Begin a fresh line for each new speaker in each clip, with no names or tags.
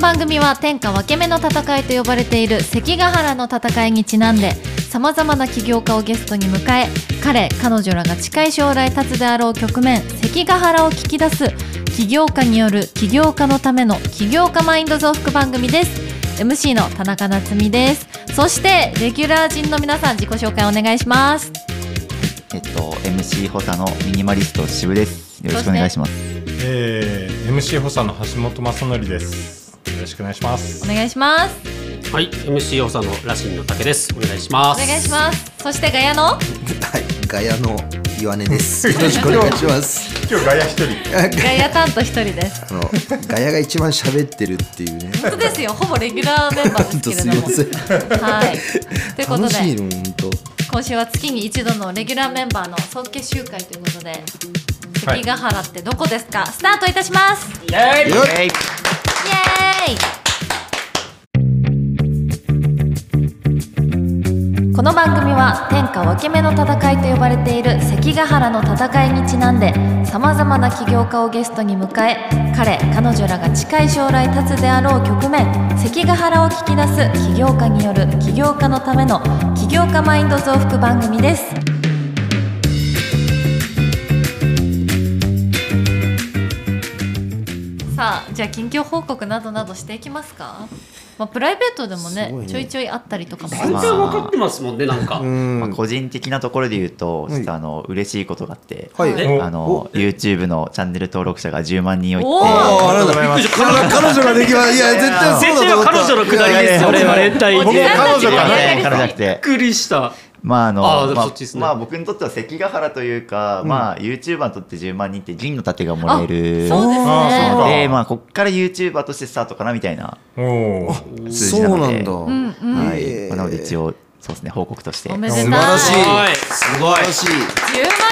番組は天下分け目の戦いと呼ばれている関ヶ原の戦いにちなんでさまざまな起業家をゲストに迎え彼彼女らが近い将来立つであろう局面関ヶ原を聞き出す起業家による起業家のための起業家マインド増幅番組です MC の田中夏実ですそしてレギュラー陣の皆さん自己紹介お願いします
えっと、MC 補佐のミニマリスト渋です。よろしくお願いします。
えー、MC 補佐の橋本正則です。よろしくお願いします
お。願いします
はい、MC 補佐の羅針の竹です。お願いしま
お
す。
願いしますそしてガヤ の
はい、ガヤの岩根です。 よろしくお願いします。
今日ガヤ一人。
ガヤ担当一人です
あの、ガヤが一番喋ってるっていうね。
本当ですよほぼレギュラーメンバー
本当
ですすけ
いま
れども
せん。
はいということ
楽しい
で
の、本当。
今週は月に一度のレギュラーメンバーの総決集会ということで
はい
関ヶ原ってどこですか、スタートいたしますイ
よっ
え
エ
い
ーイこの番組は天下分け目の戦いと呼ばれている関ヶ原の戦いにちなんでさまざまな起業家をゲストに迎え彼彼女らが近い将来立つであろう局面関ヶ原を聞き出す起業家による起業家のための起業家マインド増幅番組ですさあじゃあ近況報告などなどしていきますか、まあ、プライベートでもね
すごいね
ちょいちょいあったりとかも
全然わかってますもんね、なんか。
うん
まあ、個人的なところで言うと、
い
ちょっとあの、嬉しいことがあって、
はい。
え
お
あの、YouTube のチャンネル登録者が10万人をい
お
って、
ああ、あな
ありがとうござい
た
ます
彼女彼女ができます。いや、絶対
先
そ
生
うだと思
は
った。
彼女のくだ
いや
り
い
で
やい
す
や
よね、バレンタイン
僕
デ
も
ー。
彼女かな
彼女じゃなく、
びってくりした。
まああの
あー
まあ
そっちですね
まあ、僕にとっては関ヶ原というか、まあ YouTuber にとって10万人って銀の盾がもらえる
そうです
あ
ね
そうか
でまあこっから YouTuber としてスタートかなみたいな
おおー。
数
そ
字な
う
の
な
で
んだ。
んうん
は
へ
い
ー
まあなので一応そうですね報告として
おめでとう
素晴らしい。
はい
すごい。素晴らしい。
10万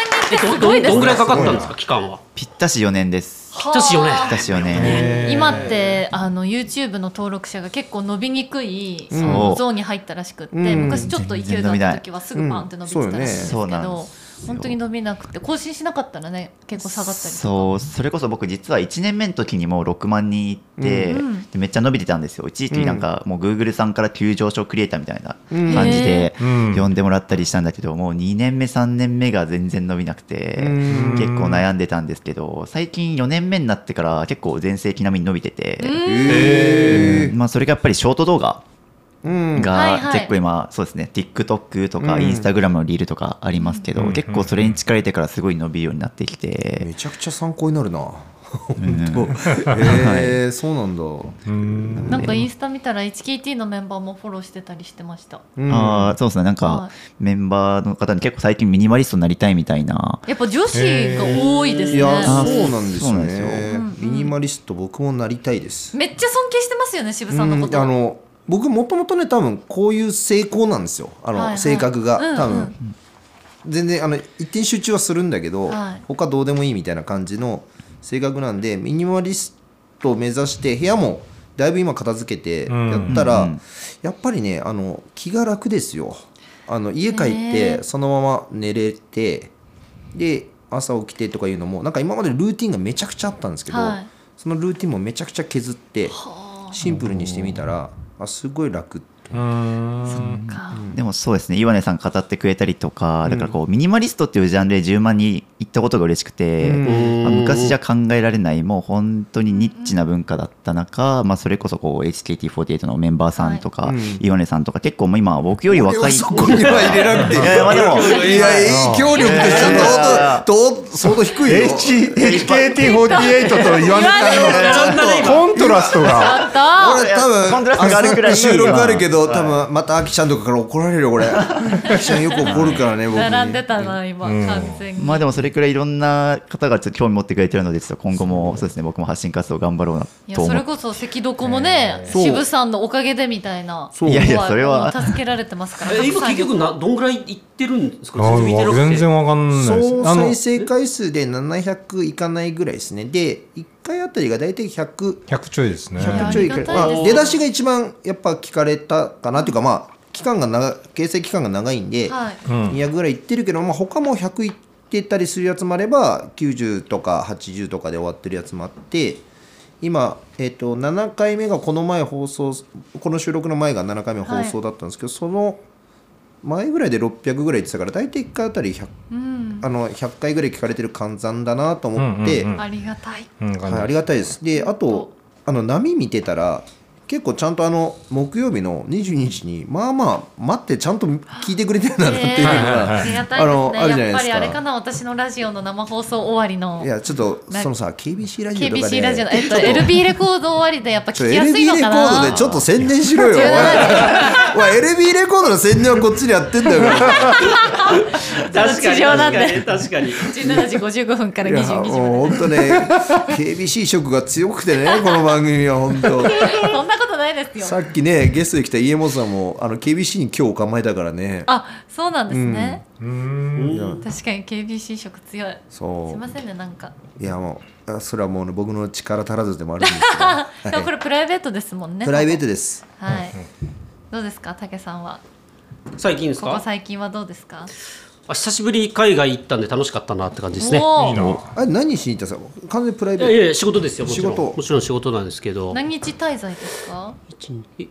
人って
ど
す
ど
ごいです
ど
ね
んぐらいかかったんですか、期間は。
ぴったし4年です
はあ
ぴったしよね
ぴったし4年、
えー
今ってあの YouTube の登録者が結構伸びにくいそのゾーンに入ったらしくって、
うん
昔ちょっと勢いだった時はすぐパンって伸びてたらしいんですけど、
うんそうよねそうなんですよ
本当に伸びなくて更新しなかったらね結構下がったりとか
そうそれこそ僕実は1年目の時にもう6万人いって、
うん
でめっちゃ伸びてたんですよ一時期なんかもう Google さんから急上昇クリエイターみたいな
うん
感じで
うん
呼んでもらったりしたんだけど、もう2年目3年目が全然伸びなくて、
うん
結構悩んでたんですけど最近4年目になってから結構全盛期並みに伸びてて、
え
まあ、それがやっぱりショート動画
ーうん。
はい
が
はい
結構今そうですね TikTok とか
うん
Instagram のリールとかありますけど、
うん
結構それに力入れてからすごい伸びるようになってきて、
めちゃくちゃ参考になるな。本当。ええ、そうなんだ。
うん。
なんかインスタ見たら HKT のメンバーもフォローしてたりしてました
うん
ああそうですねなんか、
はい
メンバーの方に結構最近ミニマリストになりたいみたいな
やっぱ女子が多いです
い
ね、
や、
あー
そうなんです
そうなんですよ
ね。ミニマリスト、僕もなりたいです。
めっちゃ尊敬してますよね渋さんのこ
うん
と
あの僕もともとね多分こういう成功なんですよあの、
はいはい
性格が
うんうん
多分、全然あの一点集中はするんだけど、
はい
他どうでもいいみたいな感じの性格なんでミニマリストを目指して部屋もだいぶ今片付けて
うん
やったら、
うんうん
やっぱりねあの気が楽ですよあの家帰っ
へー
てそのまま寝れてで朝起きてとかいうのもなんか今までルーティンがめちゃくちゃあったんですけど、
はい
そのルーティンもめちゃくちゃ削って、シンプルにしてみたらあすごい楽
うん。
か
でもそうですね岩根さん語ってくれたりとかだからこう、ミニマリストっていうジャンルで10万人行ったことが嬉しくて、
ん
まあ昔じゃ考えられないもう本当にニッチな文化だった中、まあ、それこそこう HKT48 のメンバーさんとか、岩根さんとか結構もう今僕より若い
そこには入れ なくていい
いやいやまあでも
いや影響力ってちょっと相当相当低いよ
H HKT48 と言わ
ちょっと
ないコントラストが。
あった
俺多
コント
分
ラストがあるくらい
明日収録あるけど多分またアキちゃんとかから怒られるよこれアキちゃんよく怒るからね僕に
並んでたな今、完全に、
まあでもそれくらいいろんな方がちょっと興味持ってくれてるのでちょっと今後もそうですね僕も発信活動頑張ろうない
や
と
そ
思
れ
っ
こそ赤床もね、
そう
渋さんのおかげでみたいな
そう
いやいやそれは
ここ助けられてますから
え今結局
な
な、どんぐらい行ってるんですか
あ
全然見てなくて
全然わかんないです。
総
あの
再生回数で700いかないぐらいですねで1回あたりが大体100
100ちょいですね。
100
ちょいくらい
ありがたいです
まあ出だしが一番やっぱ聞かれたかなというかまあ期間が長形成期間が長いんで、
はい
200ぐらいいってるけど、まあ、他も100いってたりするやつもあれば90とか80とかで終わってるやつもあって今、えっと7回目がこの前放送この収録の前が7回目の放送だったんですけど、その前ぐらいで600ぐらい言ってたから大体1回あたり 100,
うん
あの100回ぐらい聞かれてる換算だなと思って、
うんうんうん
ありがたい
うん、
はい、ありがたいですであとあの波見てたら結構ちゃんとあの木曜日の22日にまあまあ待ってちゃんと聞いてくれてるんだなっていうのが、
ありがたいですね
あのあるじゃないですか
やっぱりあれかな私のラジオの生放送終わりの
いやちょっと
な
そのさ KBC ラジオとかで
KBC ラジオの、えっと、LB レコード終わりでやっぱ
ちょ
聞
っ
き
と
やすい
LB
の
レ
か
コード
な
でちょっと宣 伝しろよおいおい LB レコードの宣伝はこっちでやってんだよ
確かに
地上なんで
確かに確かに
17時55分から
いや
22時まで
もう本当ね KBC 色が強くて ねこの番組は本当
そんなことないです
さ
よ
っきねゲストで来た家元さんもあの KBC に今日お構えだからね
あそうなんですね、
うーん。
確かに KBC 色強いすい
そ
ませんねなんか、
ういやもうあそれはもうね僕の力足らずでもあるんです け
で
ど
もこ
はい
れプライベートですもんね
プライベート
で
です
はいどうですか武さんは
最近です
ここ
か
最近はどうですか
あ久しぶりに海外行ったんで楽しかったなって感じですね
おー
いいな。
あれ何しに行ったんですか完全にプライ
い
ベ
やい
ー
や仕事ですよもちろん
仕事
もちろん仕事なんですけど
何日滞在ですか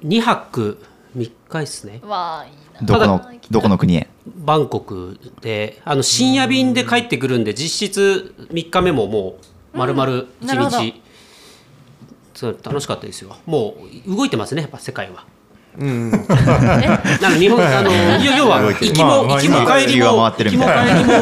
2泊3日ですね
わあいいな
どこの
ただ
どこの国へ
バンコクであの深夜便で帰ってくるんで実質3日目ももう丸々
うんなるほ
1
ど
日、そう楽しかったですよもう動いてますねやっぱ世界は。
ト うん
なので日本あの要要は
動い
行
てる
きも
まあま
行
あ
きも
今
帰りも
回
行
ってる
き
み
も
た
帰りも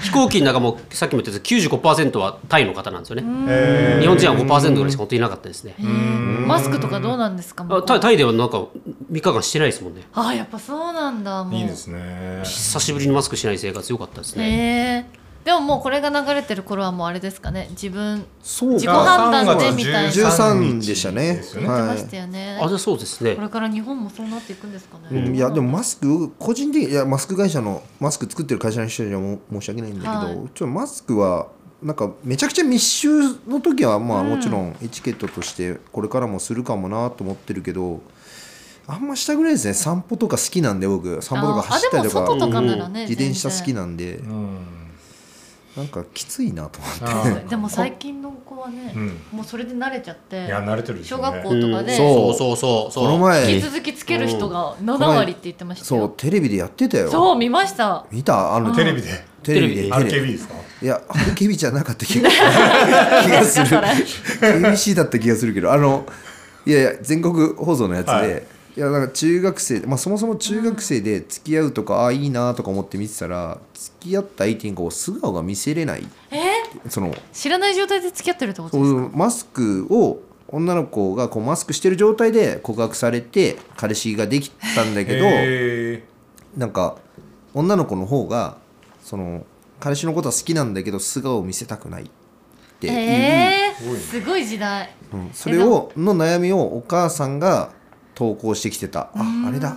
飛行機の中もさっきも言ったんですけど95%はタイの方なんですよね。
え
日本人は5%ぐらいしか本当にいなかったですね。
えーマスクとかどうなんですかも
あ
う
タイタイではなんか3日間してないですもんね。
あやっぱそうなんだも
ー、
う
いいですね。
久しぶりにマスクしない生活良かったですね。
へえでももうこれが流れてる頃はもうあれですかね自分
そう
自己判断でみたいな
13
13でしたね
ですよね
出
は
ま
い
したよね、
あじゃあそうですね
こ。れから日本もそうなっていくんですかね、
うんいやでもマスク個人的にいやマスク会社のマスク作ってる会社の人にはも申し訳ないんだけど、
はい
ちょっとマスクはなんかめちゃくちゃ密集の時はまあもちろんエチケットとしてこれからもするかもなと思ってるけどあんましたくないですね散歩とか好きなんで僕散歩とか走ったりと
あーあでも外と
か
かならね、
自転車好き
な
なんで
うん。
なんかきついなと思 って
あー
でも最近の子はね、
うん
もうそれで慣れちゃって
いや慣れてるでしょ
小
うね
学校
うん
とかで、
そうそうそうそう。
この
引き
前
続きつける人が7割って言ってました
そ
よ、
うテレビでやってたよ
そう見ました
見たあの
テレビで。
テレビ
テ
でテレビ
RKB ですか
いや、ケビじゃなかった気が気が する。KBC だった気がするけど、あの、いやいや、全国放送のやつで、
はい
い、や、なんか中学生、まあ、そもそも中学生で付き合うとか、ああ、いいなとか思って見てたら、付き合った相手にこう素顔が見せれない、
え
その、
知らない状態で付き合ってるってこと
そ
です
のマスクを、女の子がこうマスクしてる状態で告白されて彼氏ができたんだけど、
え
なんか女の子の方がその彼氏のことは好きなんだけど素顔を見せたくないっていう、
え
うん
ー、すごい時代
うんそれをの悩みをお母さんが投稿してきてたああれだ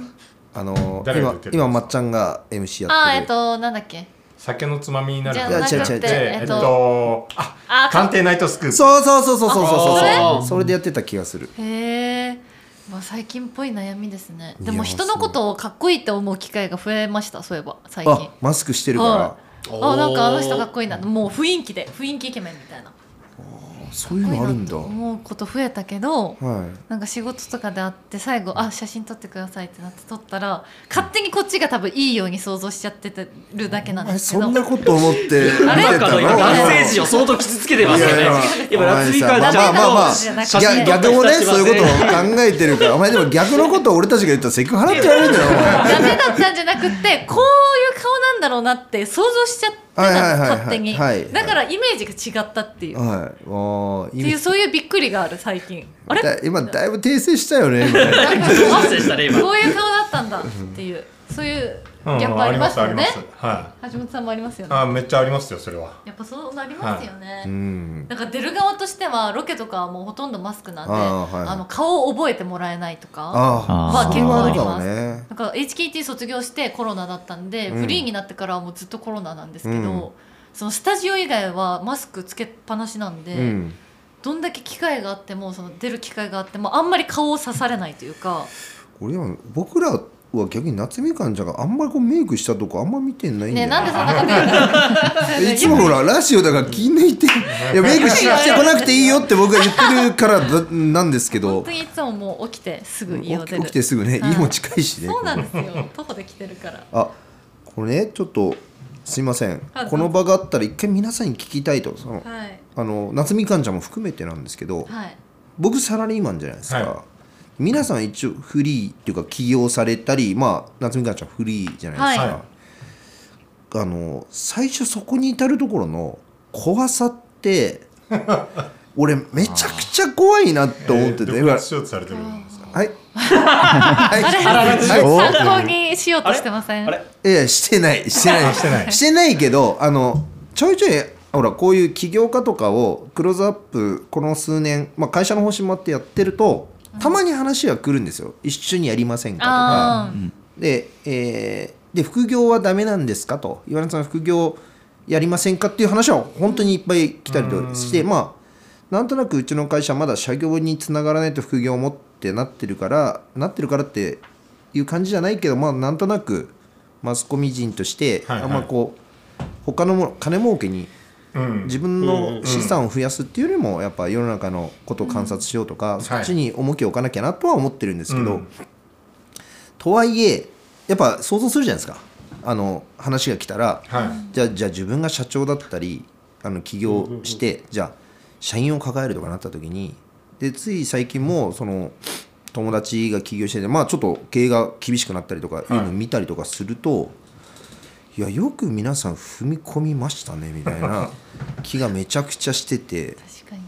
あの
誰が
今
言ってるんですか
今まっちゃんが MC
あー
や
えって
っる
となんだっけ
ー、酒のつまみになる
じゃ
なくていや違う違う違う
え
え
っ
っと
と、あ、
あ
探偵ナイトスクープ。
そうそうそうそうそうそうそう
あそれ
それでやってた気がする
へえ、まあ、最近っぽい悩みですねでも
いや
人のことをかっこいいと思う機会が増えましたそういえば最近
あマスクしてるか
はいあなんかあの人かっこいいなもう雰囲気で雰囲気イケメンみたいなから
そういう
っこいい
のあ
な
るんだ
と
は
思うこと増えたけど
い
なんか仕事とかであって最後「あ写真撮ってください」ってなって撮ったら勝手にこっちが多分いいように想像しちゃってるだけなん
え
ですけ
そ
ど
んなこと思って見てたの
あれ
なんかの今男性
い
陣を相当傷つけてますよ
やい
ね
や。
今ラツイカーちゃんと
まあまあまあ
じゃなくて
写真撮った
逆
り
もね
してます
そういうことを考えてるからお前でも逆のことを俺たちが言ったらセクハラって言われるんだよお前
ダメだったんじゃなくってこういう顔なんだろうなって想像しちゃってたんです
はいはいはいはい
勝手に
はい
だからイメージが違ったっていうっ
はい、もう
ていうそういうびっくりがある最近あれ
だ今だいぶ訂正したよね今ね
あ
失礼したね 今
こういう顔だったんだっていうそういうギ
うん
ャップありますよね
ありますは
橋本さんもありますよ
い。
ね
あ、めっちゃありますよ、それは。
やっぱそうなりますよね、
うん
なんか出る側としてはロケとかはもうほとんどマスクなんで
あ
あ
あはい
の顔を覚えてもらえないとか
あ
は
あー
結構ありま
そ
す
れはあるかもね
なんか HKT 卒業してコロナだったんで、
うん
フリーになってからはもうずっとコロナなんですけど、
うん
そのスタジオ以外はマスクつけっぱなしなんで、
うん
どんだけ機会があってもその出る機会があってもあんまり顔を刺されないというか
これは僕ら僕は逆に夏みかんちゃんがあんまりこうメイクしたとこあんま見てないんだ
ねえ
よ、
なんでそんなこと言うの
いつもほらラジオだから気抜 いていやメイクししてこなくていいよって僕は言ってるからだなんですけ
本
ど
当にいつももう起きてすぐ家を
起
出る
き起きてすぐね
はい
家も近いしね
そうなんですよ徒歩で来てるから
あこれねちょっとすいません
はい
この場があったら一回皆さんに聞きたいとその
はい
あの夏みかんちゃんも含めてなんですけど
はい
僕サラリーマンじゃないですか、
は
皆さん一応フリーっていうか起業されたりまあ夏みかんちゃんフリーじゃないですか、あの最初そこに至るところの怖さって 俺めちゃくちゃ怖いなって思ってて、
えー
ほ
どこ
ら
で手術されてるんですか
はい はいはい
参考にしようとしてません
あれ
いやしてないしてないして
ない
してないけどあのちょいちょいほらこういう起業家とかをクローズアップこの数年、まあ、会社の方針もあってやってるとたまに話が来るんですよ一緒にやりませんかとか
あー
で,、えーで副業はダメなんですかと岩根さん副業やりませんかっていう話は本当にいっぱい来たりとしてまあなんとなくうちの会社まだ社業につながらないと副業もってなってるからなってるからっていう感じじゃないけどまあなんとなくマスコミ人として、
はいはい
あんまこう他のもの金儲けに
うん
自分の資産を増やすっていうよりもやっぱ世の中のことを観察しようとか、そっちに重きを置かなきゃなとは思ってるんですけ
う
ど、
ん
とはいえやっぱ想像するじゃないですかあの話が来たら、
は
じゃあじゃあ自分が社長だったりあの起業して、じゃあ社員を抱えるとかなった時にでつい最近もその友達が起業してて、まあ、ちょっと経営が厳しくなったりとかいうのを見たりとかすると、い、やよく皆さん踏み込みましたねみたい な気がめちゃくちゃしてて
確かに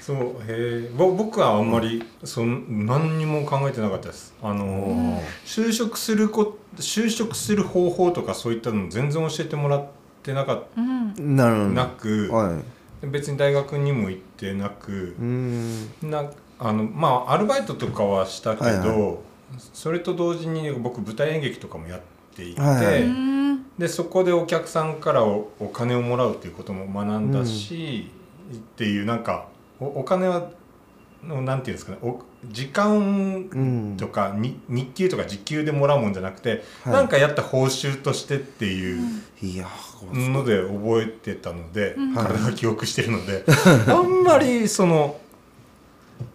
そうへえぼ僕はあんまりそん何にも考えてなかったですあの就職するこ就職する方法とかそういったの全然教えてもらってなかっ
うん
なるほど
なく、
はい、
別に大学にも行ってなく
うー、ん
なあのまあアルバイトとかはしたけど、
はいは
それと同時に僕舞台演劇とかもやっていて、
はいはいう
うん
でそこでお客さんからおお金をもらうっていうことも学んだし、っていうなんかおお金はのなんていうんですかねお時
う
間
ん
とか、に日給とか時給でもらうもんじゃなくて、
はい
なんかやった報酬としてっていう。
いやこれ
ので覚えてたので、
ん
体が記憶してる ので、あんまりその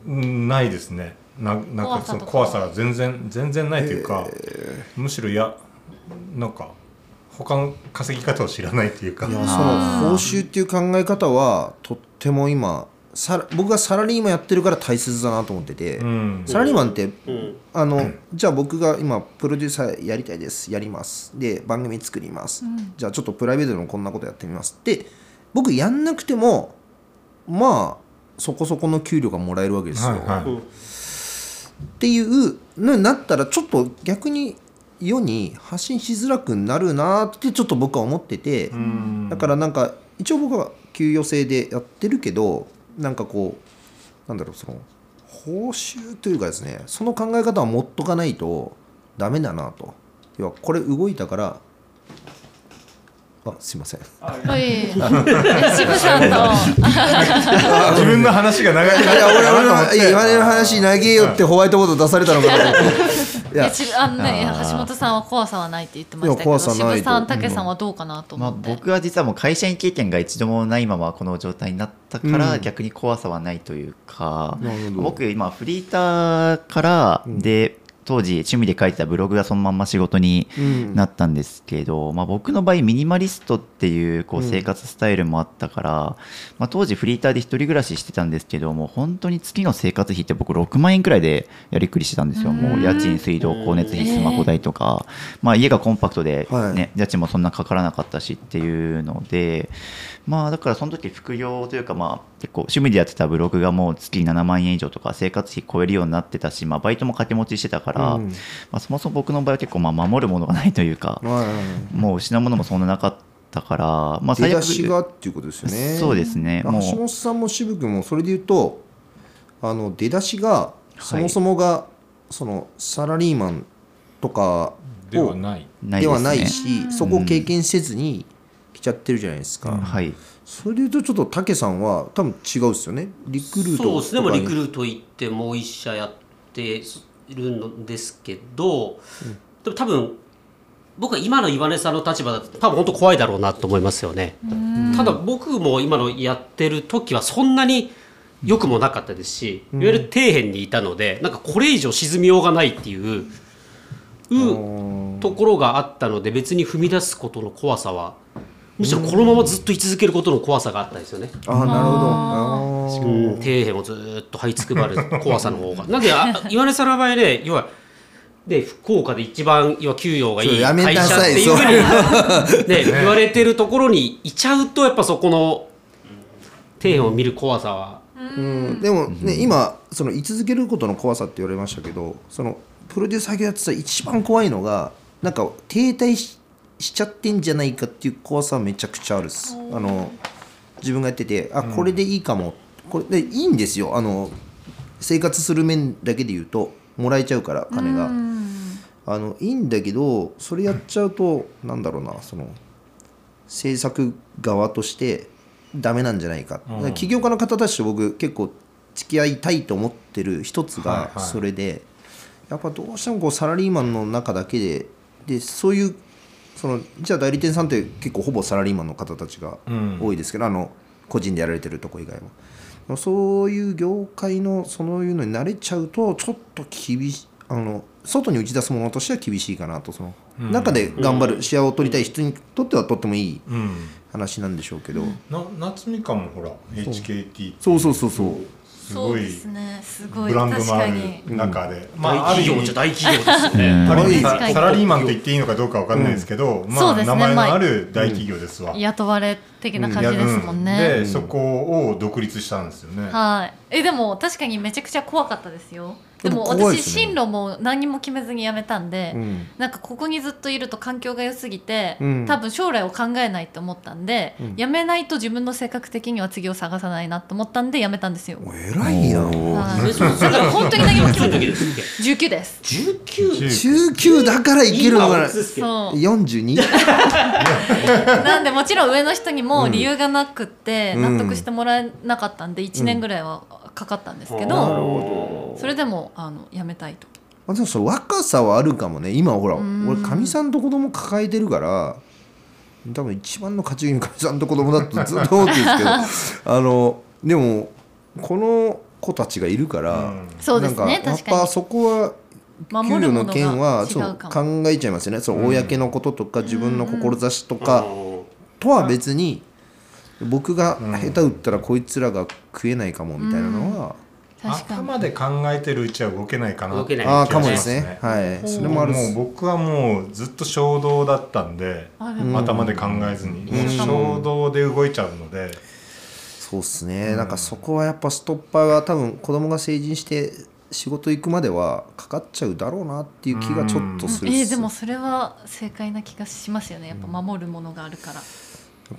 うんないですねななん
怖
か
さ
そ
と
の
か
怖さが全然全然ないというか、むしろいやなんか他の稼ぎ方を知らないというか
いやその報酬っていう考え方はとっても今さら僕がサラリーマンやってるから大切だなと思ってて、
うん
サラリーマンって
うん
あの、 じゃあ僕が今プロデューサーやりたいですやりますで番組作ります、じゃあちょっとプライベートでもこんなことやってみますで僕やんなくてもまあそこそこの給料がもらえるわけですよ、
はいはい
っていうのになったらちょっと逆に世に発信しづらくなるなってちょっと僕は思ってて、
うん
だからなんか一応僕は給与制でやってるけどなんかこうなんだろうその報酬というかですねその考え方は持っとかないとダメだなと要はこれ動いたからあすいませんい
はい渋さんと
自分の話が長いな
や俺俺
と思
の
っ
い
て
や言われる話投げよってホワイトボード出されたのかなと思っていや
え渋あのね橋本さんは怖さはないって言ってましたけ
い
ど
や怖さないと
渋さん武さんはどうかなと
ま
思
あ、
って
僕は実はもう会社員経験が一度もないままこの状態になったから、
うん
逆に怖さはないというか
なるほど
僕今フリーターからで、当時趣味で書いてたブログがそのまんま仕事に
うん
なったんですけど、まあ、僕の場合ミニマリストっていうこう
うん
生活スタイルもあったから、まあ、当時フリーターで一人暮らししてたんですけどもう本当に月の生活費って僕6万円くらいでやりくりしてたんですよもう家賃水道光熱費スマホ代とか、まあ、家がコンパクトで、ね
はい
家賃もそんなかからなかったしっていうのでまあだからその時副業というかまあ結構趣味でやってたブログがもう月7万円以上とか生活費超えるようになってたし、まあ、バイトも掛け持ちしてたから、
うん
まあ、そもそも僕の場合は結構まあ守るものがないというか、
はいはいは
もう失うものもそんななかったから、まあ、
い出だしがっていうことですよね
そうですね
あ
も
橋
う
本さんも渋君もそれで言うとあの出だしがそもそもが、そのサラリーマンとかを
ではない
ないで
では
す
ない
ね
しそこを経験せずに来ちゃってるじゃないですか、
はい
それで言うとちょっと武さんは多分違うですよねリクルート
そうですね
と
も
か
う
に
リクルート行ってもう一社やってそるんですけど、でも多分僕は今の岩根さんの立場だと多分本当怖いだろうなと思いますよね。ただ僕も今のやってる時はそんなに良くもなかったですし、いわゆる底辺にいたのでなんかこれ以上沈みようがないっていううところがあったので別に踏み出すことの怖さはむしろこのままずっと居続けることの怖さがあったんですよね。
ああなるほどあー
うん底辺をずーっと這いつくばる 怖さの方が。なんであ岩根さんの場合ね要はで福岡で一番要は給与がい
そう
い
やめ
会
な
社っ
さい
ていうふうに ね、言われてるところにいちゃうとやっぱそこの底辺を見る怖さは、
うん、でもね、今その居続けることの怖さって言われましたけどそのプロデューサー業やってた一番怖いのがなんか停滞ししちゃってんじゃないかっていう怖さはめちゃくちゃあるっすあの自分がやっててあこれでいいかも、これでいいんですよあの生活する面だけで言うともらえちゃうから金が、あのいいんだけどそれやっちゃうとなんだろうなその制作側としてダメなんじゃないか,、起業家の方たちと僕結構付き合いたいと思ってる一つ
はい
が
はい
それで、やっぱどうしてもこうサラリーマンの中だけででそういうそのじゃあ代理店さんって結構ほぼサラリーマンの方たちが
うん
多いですけど、あの個人でやられてるとこ以外も。そういう業界のそういうのに慣れちゃうとちょっと厳しあの外に打ち出すものとしては厳しいかなとその中で頑張る視野を取りたい人にとってはとってもいい
うん
話なんでしょうけど、
な夏みかんもほら HKT
そうそうそうそう
す
そう
ご
で
い
すねすごい
ブランド
確
のあ
か
る
に
中で、
大企業じゃ大企業ですよね。
うん
ある意味
確
かに
サラリーマンと言っていいのかどうかわかんないですけど、ま
そう
あ、
ですね
名前のある大企業ですわ。
雇われ的な感
や
じですもんね、
で、そこを独立したんですよね。
はい、えでも確かにめちゃくちゃ怖かったですよでも
でも怖
私
いですね
進路も何も決めずに辞めたんで、
うん
なんかここにずっといると環境が良すぎて、
うん
多分将来を考えないと思ったんで、
ん
辞めないと自分の性格的には次を探さないなと思ったんで辞めたんですよ、
もう偉いな
はい、 だから本当に何も 決め
19
て
の
ない
時ですっ け
19です
19
19だからいけるの
今
が
は映すけど
そう
42?
なんでもちろん上の人にも理由がなくって
うん
納得してもらえなかったんで1年ぐらいはかかったんですけ
な
ど、
るほ
それでもあの辞めたいと
まあでもその若さはあるかもね今ほら
ん
俺かみさんと子供抱えてるから多分一番の勝ち組かみさんと子供だとずっと思ってるんで すけどあのでもこの子たちがいるから、
うん
そうです
な
ね
んかやっ
確か
ぱ
に
そこは給
守
料
るも
の
の
件は
が違
そう
うかも
考えちゃいますよねそう公のこととか自分の志と
ど
か
うん
とは別に僕が下手打ったらこいつらが食えないかもみたいなのは
確かに
頭で考えてるうちは動けないかな
動けない
ああ
気が
か
し
も
ま
ですねはいそれもあるっ
も
す
う僕はもうずっと衝動だったんで、
あでも
頭で考えずに、もう衝動で動いちゃうので、
そうっすねなんかそこはやっぱストッパーが多分子供が成人して仕事行くまではかかっちゃうだろうなっていう気がちょっとするっ
えー
す
でもそれは正解な気がしますよねやっぱ守るものがあるから、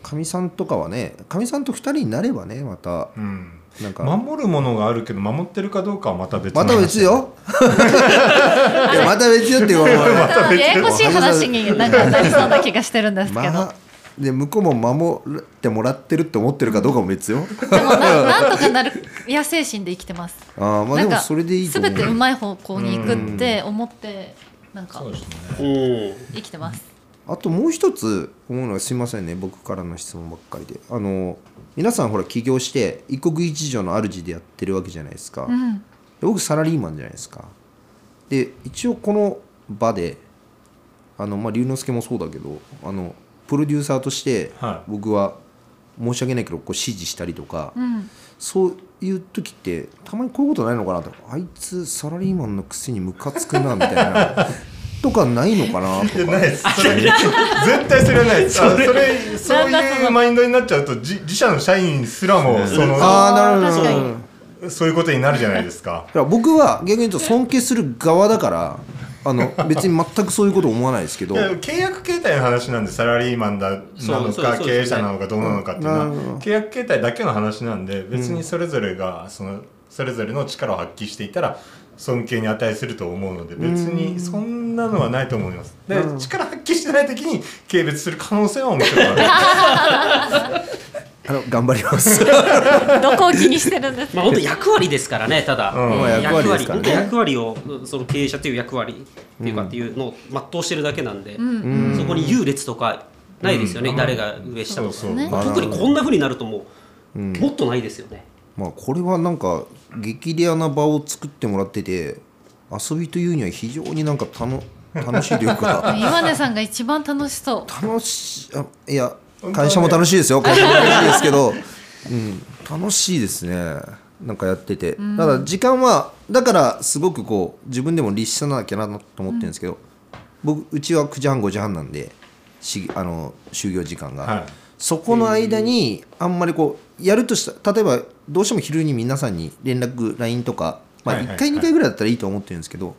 かみさんとかはねかみさんと2人になればねまた
うん、
なんか
守るものがあるけど守ってるかどうかはまた別の
ま
話
た別 よいやまた別よって言われ
ややこしい話になんかなりそうな気がしてるんですけど、
まあ、で向こうも守ってもらってるって思ってるかどうかも別よ
でもななんとかなる野生心で生きてます
ああま
な
あで
ん
も
か
それでいいと思う
全てうまい方向に行くって思ってなんか
そうですね
うん
生きてます
あともう一つ思うのはすいませんね僕からの質問ばっかりであの皆さんほら起業して一国一城の主でやってるわけじゃないですか、
うん
で僕サラリーマンじゃないですかで一応この場であの、まあ、龍之介もそうだけどあのプロデューサーとして
はい
僕は申し訳ないけどこう指示したりとか、
うん
そういう時ってたまにこういうことないのかなとあいつサラリーマンのくせにムカつくなみたいなとかないのかなと
いや
か
ないですそれ 絶対それはないですあそれそういうマインドになっちゃうとじ自社の社員すらもその
ああなるほ
確
どな
か
る
に
ほどだ
そういうことになるじゃないですか
から僕は逆に言うと尊敬する側だからあの別に全くそういうこと思わないですけど
いや契約形態の話なんでサラリーマンだ
そう
なの
そう
か
そう
経営者なのかどうなのかっていうのは
うんなるほど
契約形態だけの話なんで別にそれぞれがそのそれぞれの力を発揮していたら尊敬に値すると思うので別にそんなのはないと思いますで力発揮してない時に軽蔑する可能性は面白い
あの頑張ります。
どこを気にしてるんですか
まあ本当役割ですからね、ただ、
うんまあ
役割ですからね
役割本当役割をその経営者という役割っていうかっていうのを全うしてるだけなんで、そこに優劣とかないですよね、誰が上下と か、
そ
そう
う
まあ特にこんなふうになるともう、
うん
もっとないですよね。
まあこれはなんか激レアな場を作ってもらってて遊びというには非常になんか楽楽しいというか
岩根さんが一番楽しそう
楽しいあいや会社も楽しいです よ会社も楽しいですけど、うん、楽しいですねなんかやっててただ時間はだからすごくこう自分でも律さなきゃなと思ってるんですけど、僕うちは9時半5時半なんでしあの就業時間が、
はい
そこの間にあんまりこうやるとした例えばどうしても昼に皆さんに連絡 LINE とか、まあ、
はいはい
1回2回ぐらいだったらいいと思ってるんですけど、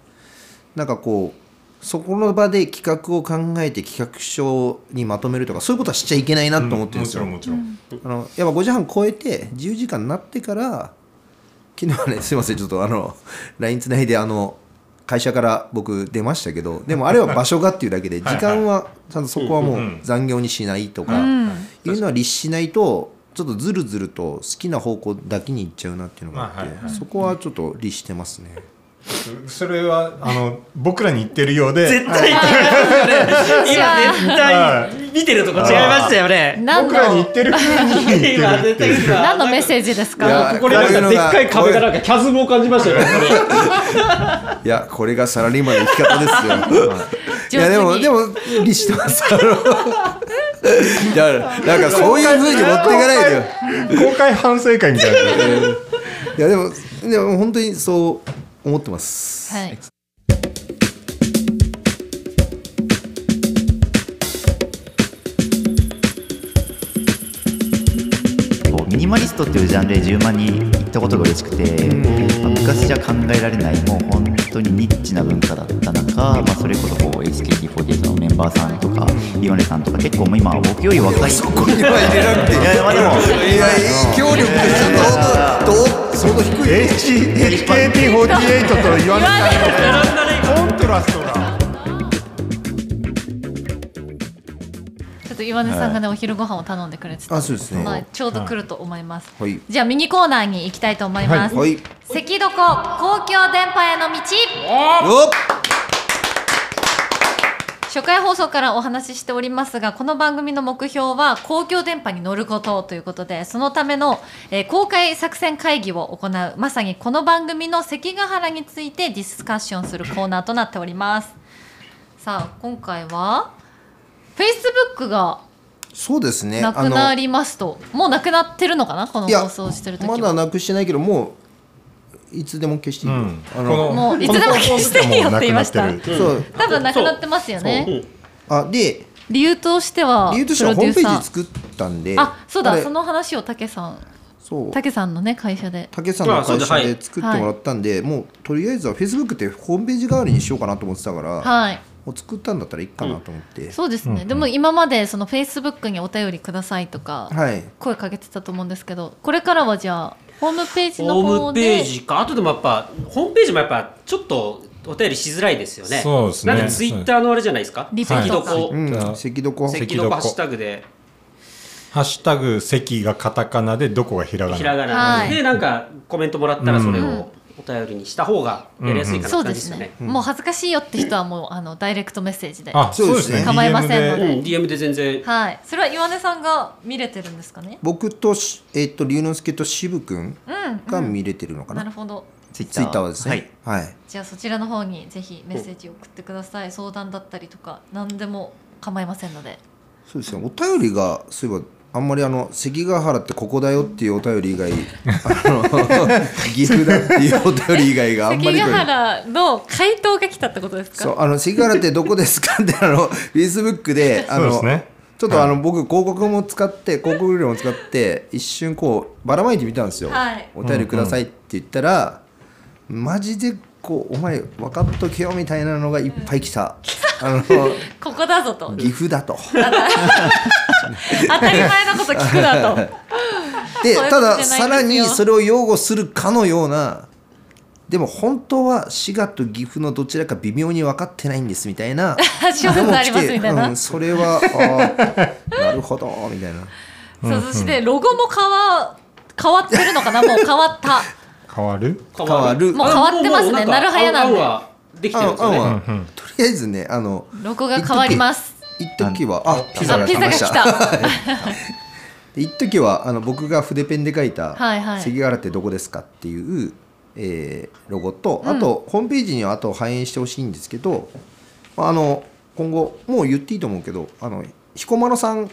なんかこうそこの場で企画を考えて企画書にまとめるとかそういうことはしちゃいけないなと思っ
も
てるんです
ち
よ、
ろんもちろん
あのやっぱ5時半超えて10時間になってから昨日はねすい ませんちょっとあの LINE つないであの会社から僕出ましたけどでもあれは場所がっていうだけで
はい
時間はちゃんとそこはも
うん
う残業にしないとかいうのは律しないとちょっとずるずると好きな方向だけに行っちゃうなっていうのがあっ
まあはいはい
てそこはちょっと律してますね
それはあの僕らに言ってるようで
対
いや
絶
は
見てるとこ違いましたよね。
何
僕らに
の
言ってる風に言ってる
今絶対今
何のメッセージです
いや
か
これなんかでっかい壁がなんかキャズムを感じましたよね。
いやこれがサラリーマンの生き方ですよいやで
上
も
手に
でも律してますあのいやなんかそういうふうに持っていかないでよ
公開反省会みたいな
いやでもでも本当にそう思ってます。
はい
こうミニマリストっていうジャンルで10万人行ったことが嬉しくて、まあ昔じゃ考えられないもう本当にニッチな文化だった中、まあ、それこそこう HKT48 のメンバーさんとかヨネさんとか結構もう今僕より若いそこに
は入れなくていい
いやいやまあでも
いや影響力がちょっとどう相当低い。
HKT48 と言わないコントラストが
ちょっと岩根さんがねお昼ご飯を頼んでくれてた
あそうですね。
まあ
は
ちょうど来ると思います
はい
じゃあミニコーナーに行きたいと思います
い。よっ。
赤どこ公共電波への道初回放送からお話ししておりますがこの番組の目標は公共電波に乗ることということでそのための、えー公開作戦会議を行うまさにこの番組の関ヶ原についてディスカッションするコーナーとなっておりますさあ今回は Facebook が
そうですね。
なくなりますと、もうなくなってるのかなこの
いや
放送してる時は
まだなくしてないけどもういつでも消していいよ。あ
こ
の
もういつでも消していいよって言いました
この放送局はもう
多分な
なくなってる
そう
くなってますよね
あで
理由としては
理由としてはホームページ作ったんで。
あそうだ
れ
その話を武さん
そう。
武さんのね会社で
竹さんの会
あそうだ
社
はい
で作ってもらったんで、もうとりあえずは Facebook ってホームページ代わりにしようかなと思ってたから、
はい
もう作ったんだったらいいかなと思って、
そうですね、でも今までそのフェイスブックにお便りくださいとか
はい
声かけてたと思うんですけどこれからはじゃあホームページの
ホー
方
ムペ
で
ージか、あとでもやっぱ、ホームページもやっぱ、ちょっとお便りしづらいですよね。
そうですね
なんでツイッターのあれじゃないですか、
リプ
赤
と
ど
か
こ
う、ん、
じゃあ
赤どこ
赤
赤
ど
道
こ
こ
ハッシュタグで、
ハッシュタグ関がカタカナでどこがひらが
ひら
な
がな
は
で、なんかコメントもらったら、それをお便りにした方がやりやすいかなっ
そう
て
で
感じですすよね
ね。、もう恥ずかしいよって人はもうあのダイレクトメッセージで
あそうですね
構いませんので
うん、DM で全然、
はいそれは岩根さんが見れてるんですかね
僕とし、えっと龍之介と渋君
うん、
が見れてるのかな、
なるほど
ツイッ
ツイッターはです
はい
ね、はい
じゃあそちらの方にぜひメッセージを送ってください相談だったりとか何でも構いませんので
そうですねお便りがそういえばあんまりあの関ヶ原ってここだよっていうお便り以外 あの岐阜だっていうお便り以外があん
関
まり
ヶ
これ
原の回答が来たってことです
そ
か
うあの関ヶ原ってどこですかってあのフェイスブックであ
そうで
の
すね
ちょっとあの、僕広告も使って広告料も使って一瞬こうばらまいてみたんですよ、
はい
お便りくださいって言ったら、マジでこうお前分かっとけよみたいなのがいっぱい来た、あの
ここだぞと
岐阜だと
当たり前のこと聞くなと
で
そういうことじゃないですよ
たださらにそれを擁護するかのようなでも本当は滋賀と岐阜のどちらか微妙に分かってないんですみた いな
諸説ありますみたいな
うん、それはあーなるほどみたいな
さあそしてロゴも変わ変わってるのか なもう変わった
変わる
変
わる
もう変わってますねなるはやなんで
はできてるんですよ
ああ
ね
あ
うん
とりあえずねあの
ロゴが変わります
一時はあピザ
あ
が
ピ
来
ザが
ま
来
した
た
で一時はあの僕が筆ペンで書いた
はいはい
関ヶ原ってどこですか?」っていう、えーロゴとあと、ホームページにはあと反映してほしいんですけど、まあ、あの今後もう言っていいと思うけどあの彦摩呂さん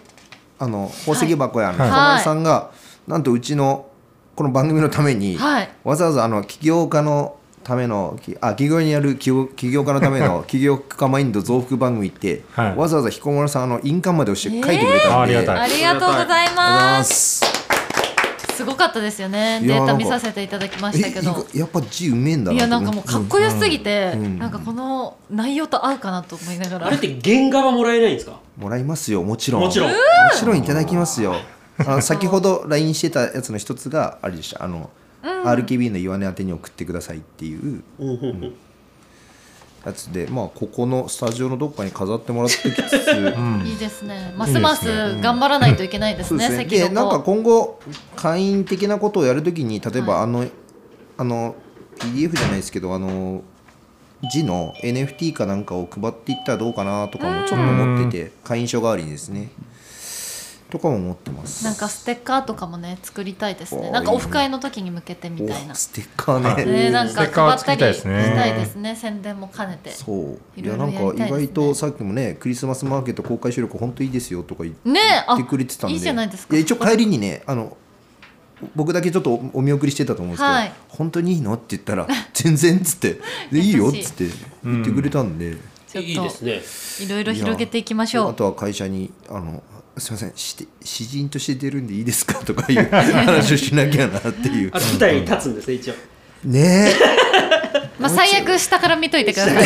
あの宝石箱屋の彦
はい
摩呂さんが、なんとうちのこの番組のために、
はい
わざわざあの起業家のためのきあ起業にやる起業起業家のため の起業家マインド増幅番組って、
はい
わざわざ彦摩呂さんあの印鑑まで押して書いてくれたんで、
えーありがたい
ありがとうござい
ありがとうござい
ま
ますす。
すごかったですよね
い
デ
や
ータ
なんか
見させていただきま
え
したけど
やっぱ字うめえんだないと
やな
思
んかもうかっこよすぎて、
うん
なんかこの内容と合うかなと思いながら、
あれって原画はもらえないんですか
もらいますよもちろん
もちろん
もちろんいただきますよあの先ほど LINE してたやつの一つがあれでしたあの、RKB の岩根宛てに送ってくださいっていう
うんうんうん
やつでまあここのスタジオのどっかに飾ってもらってきつつ、
いいですねますます頑張らないといけないです
そう
ね
ですね
関
で
の
なんか今後会員的なことをやるときに例えばあの、あの PDF じゃないですけどあの字の NFT かなんかを配っていったらどうかなとかもちょっと思ってて会員証代わりにですねとかも思ってます
なんかステッカーとかもね作りたいですね
おー
なんかオフ会の時に向けてみたいな
おステッカーね、
ねなんか
ステッカー
配っ
は
た
作り
り
たいで
し
すね
たいですね宣伝も兼ねて
そうい
いろ
や
い
な
ろ
ん
やり
か
たいですね
意外とさっきもねクリスマスマーケット公開収録本当いいですよとか言って
ねえあ
言ってくれてたんで
いいじゃないですか
や一応帰りにねあの僕だけちょっとおお見送りしてたと思うんですけど「
はい
本当にいいの?」って言ったら 「全然」っつって「でいいよ」っつって言ってくれたん
ち
で、
ょっと
いいですね
いろいろ広げていきましょ
あ
う
とは会社に「あのすいませんして詩人として出るんでいいですか?」とかいう 話をしなきゃなっていう
あ舞台に立つんですね一応
ねえ
まあ最悪下から見といてくだ さい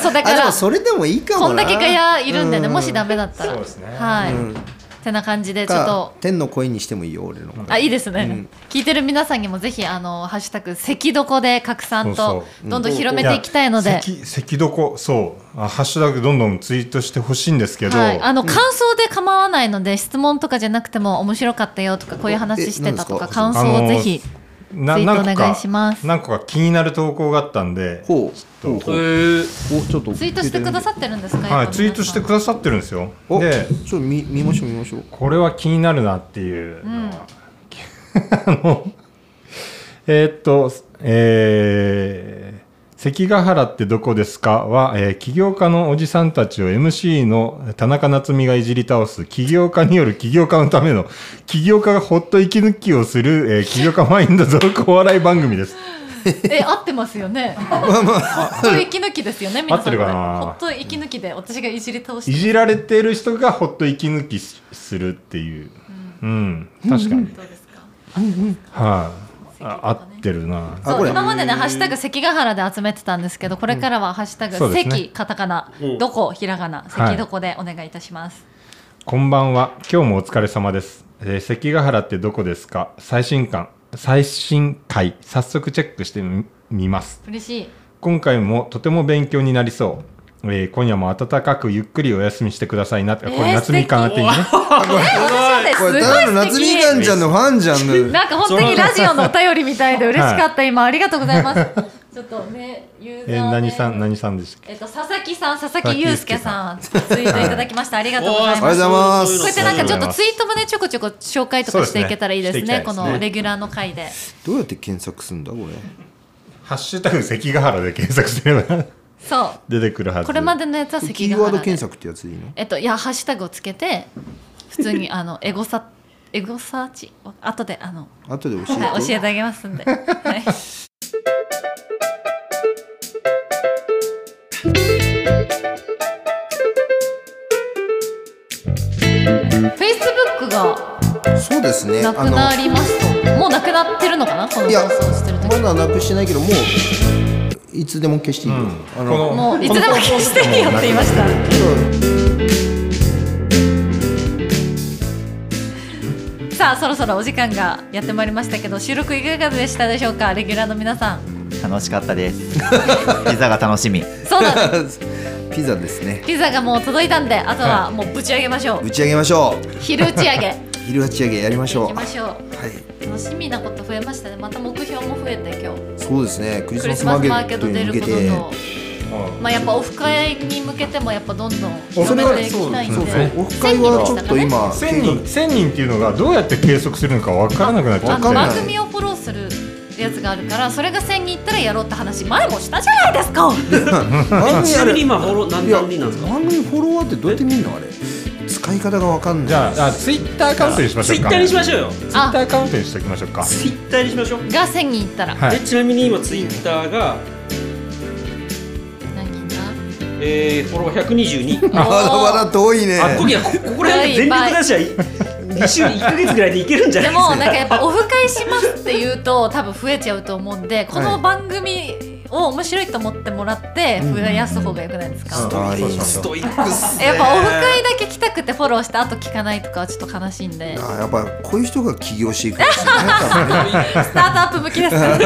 そうだか
あで
ら
もそれでもいいかもな
こんだけガヤいるんでね
う
もしダメだったら
そうですね
はい、
うん
ってな感じでちょっ
か
と
天の声にしてもいいよ俺の
あいいですね、
うん
聞いてる皆さんにもぜひあのハッシュタグ関どこで拡散
そう
と
そ
どんどん広めていきたいので、
赤赤どこそうあハッシュタグどんどんツイートしてほしいんですけど、
はい、あの感想で構わないので、質問とかじゃなくても面白かったよとかこういう話してたとか
え
感
何
ですか
想をぜひ
な
ツイート
何個
お願いします
何個か気になる投稿があったんで、
ほうほう
へ
ほう
ー
おちょっと
ツイートしてくださってるんですか、
はい、
今
ツイートしてくださってるんですよ
おち
で
ょっと見見ましょう見ましょう
これは気になるなっていうのは、 あのえーっとえー関ヶ原ってどこですかは、えー起業家のおじさんたちを MC の田中夏実がいじり倒す、起業家による起業家のための、起業家がほっと息抜きをする、えー起業家マインド続行お笑い番組です。
え合ってますよ ねほっと息抜きですよね皆さん
合ってるかな
ほっと息抜きで私がいじり倒し
い
て
じられてる人がほっと息抜きしするっていう、うん、確かに、はい、
どうですか
あ合ってるな。
あ
そ
こ
う
れ
今までね「ハッシュタグ関ヶ原」で集めてたんですけどこれからは「ハッシュタグ
そうですね
関カタカナ
うん
どこひらがな
はい
関どこ」でお願いいたします、
こんばんは。今日もお疲れ様です。えー関ヶ原ってどこですか最新刊、最新回、早速チェックしてみみます。
嬉しい
今回もとても勉強になりそう。えー今夜も温かくゆっくりお休みしてくださいなって、こ
えー
れ夏みかんあてにね。
私
こ
はね
れ
す
ただの
ごい素
夏みかん
敵
ちゃんのファンじゃんの
なんか本当にラジオのお便りみたいで嬉しかった今ありがとうございますちょっとねユーザー
え
ね
ー何さん、何さんでしたっけ
えっと、佐々木さん、佐々木祐介さん、ツイートいただきました。ありがとうございま
あり
す。
がとうございます
こうやってなんかちょっとツイートもね、ちょこちょこ紹介とかしていけたらいいですね、
そうですね
このレギュラーの回で。
どうやって検索すんだこれ
ハッシュタグ関ヶ原で検索すれば
そ
出てくるは
う、
ず。
これまでのやつは関ヶ
キ
原
ー
で
ワード検索ってやつでいいの
えっと、いや、ハッシュタグをつけて、普通に、 あの、エゴサ、エゴサーチ、後で、あの、
後で教えて、
はい、 教えてあげますんで。はいフェイスブックが
そうですね
なくなりますと、もうなくなってるのかな、この
いや
放送してる
ま
時。
だなくしてないけどもういつでも消していいよ、あの
この
もういつでも消していいよって言いました。 さあ、そろそろお時間がやってまいりましたけど、収録いかがでしたでしょうか、レギュラーの皆さん。
楽しかったですピザが楽しみ
そうなんです。
ピザですね
ピザがもう届いたんで、あとはもうぶち上げましょう。
打ち上げましょ
昼打ち上げ。
イルアチ上げやりましょ
行き
う
ましょう
はい
楽しみなこと増えましたねまた目標も増えて今日
そうですねク
ク
リス
リ
マ
ス
ス
マ
マ
スマ
ー
ー
ケ
ケッ
ッ
ト
ト
出
に
る
向け
こと
て
とまあやっぱオフ会に向けてもやっぱどんどん広めていきたい
そ
の
うそう
で
オフ会はちょっと今
1000人1000人っていうのがどうやって計測するのか分からなくなっちゃ
あ
っ
の
わかんない
番
て
組をフォローするやつがあるからそれが1000人いったらやろうって話前もしたじゃないですか
番組
ちな
あ
みに
れ
今フォロー何
いや
何人なんですか
番組フォロワーってどうやって見るのあれ使い方がわかん
じ
ない
ゃああツイッターアカウントにしまし
ツ
ょ
イ
う
ッ
か
ターにし
ツ
ましょうよ
イッタ
あ
ーアカウントにしておきましょうか
ツイッターにしましょう
が1000人いったら
はい
でちなみに今ツイッターが、
何人だ
えー、フォロワー122
まだまだ遠いね
あこぎゃこここら辺で全力出しゃい2週1か月ぐらいでいけるんじゃ
で
ない
もなん
で
かやっぱオフ会しますって言うと多分増えちゃうと思うんでこの番組を面白いと思ってもらって増やす方がよくないですか、
うん
あいいな
すかストイックっすね
やっぱオフ会だけ来たくてフォローしてあと聞かないとかはちょっと悲しいんで
あやっぱこういう人が起業していくんですよね多分ね
スタートアップ向きですか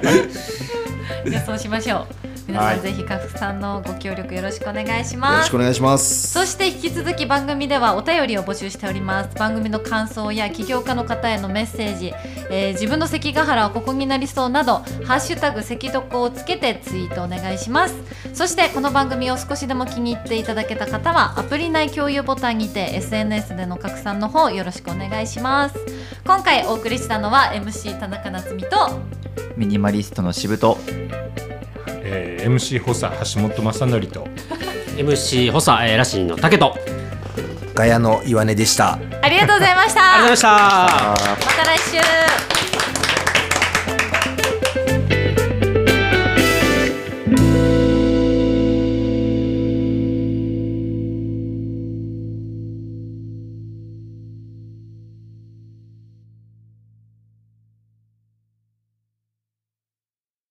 らねいやそうしましょう皆さん、
はい
ぜひカフさんのご協力よろしくお願いし
よろ
ま
し
す
くお願いします
そして引き続き番組ではお便りを募集しております番組の感想や起業家の方へのメッセージ、えー自分の関ヶ原はここになりそうなどハッシュタグ関床をつけてツイートお願いしますそしてこの番組を少しでも気に入っていただけた方はアプリ内共有ボタンにて SNS での拡散の方よろしくお願いします今回お送りしたのは MC 田中夏実と
ミニマリストのしぶと
えー MC 補佐橋本正則と
MC 補佐、えー、ラシンの竹とありがとう
ガヤの岩根でした
ありがとうございまし
ございま
た
した
また来週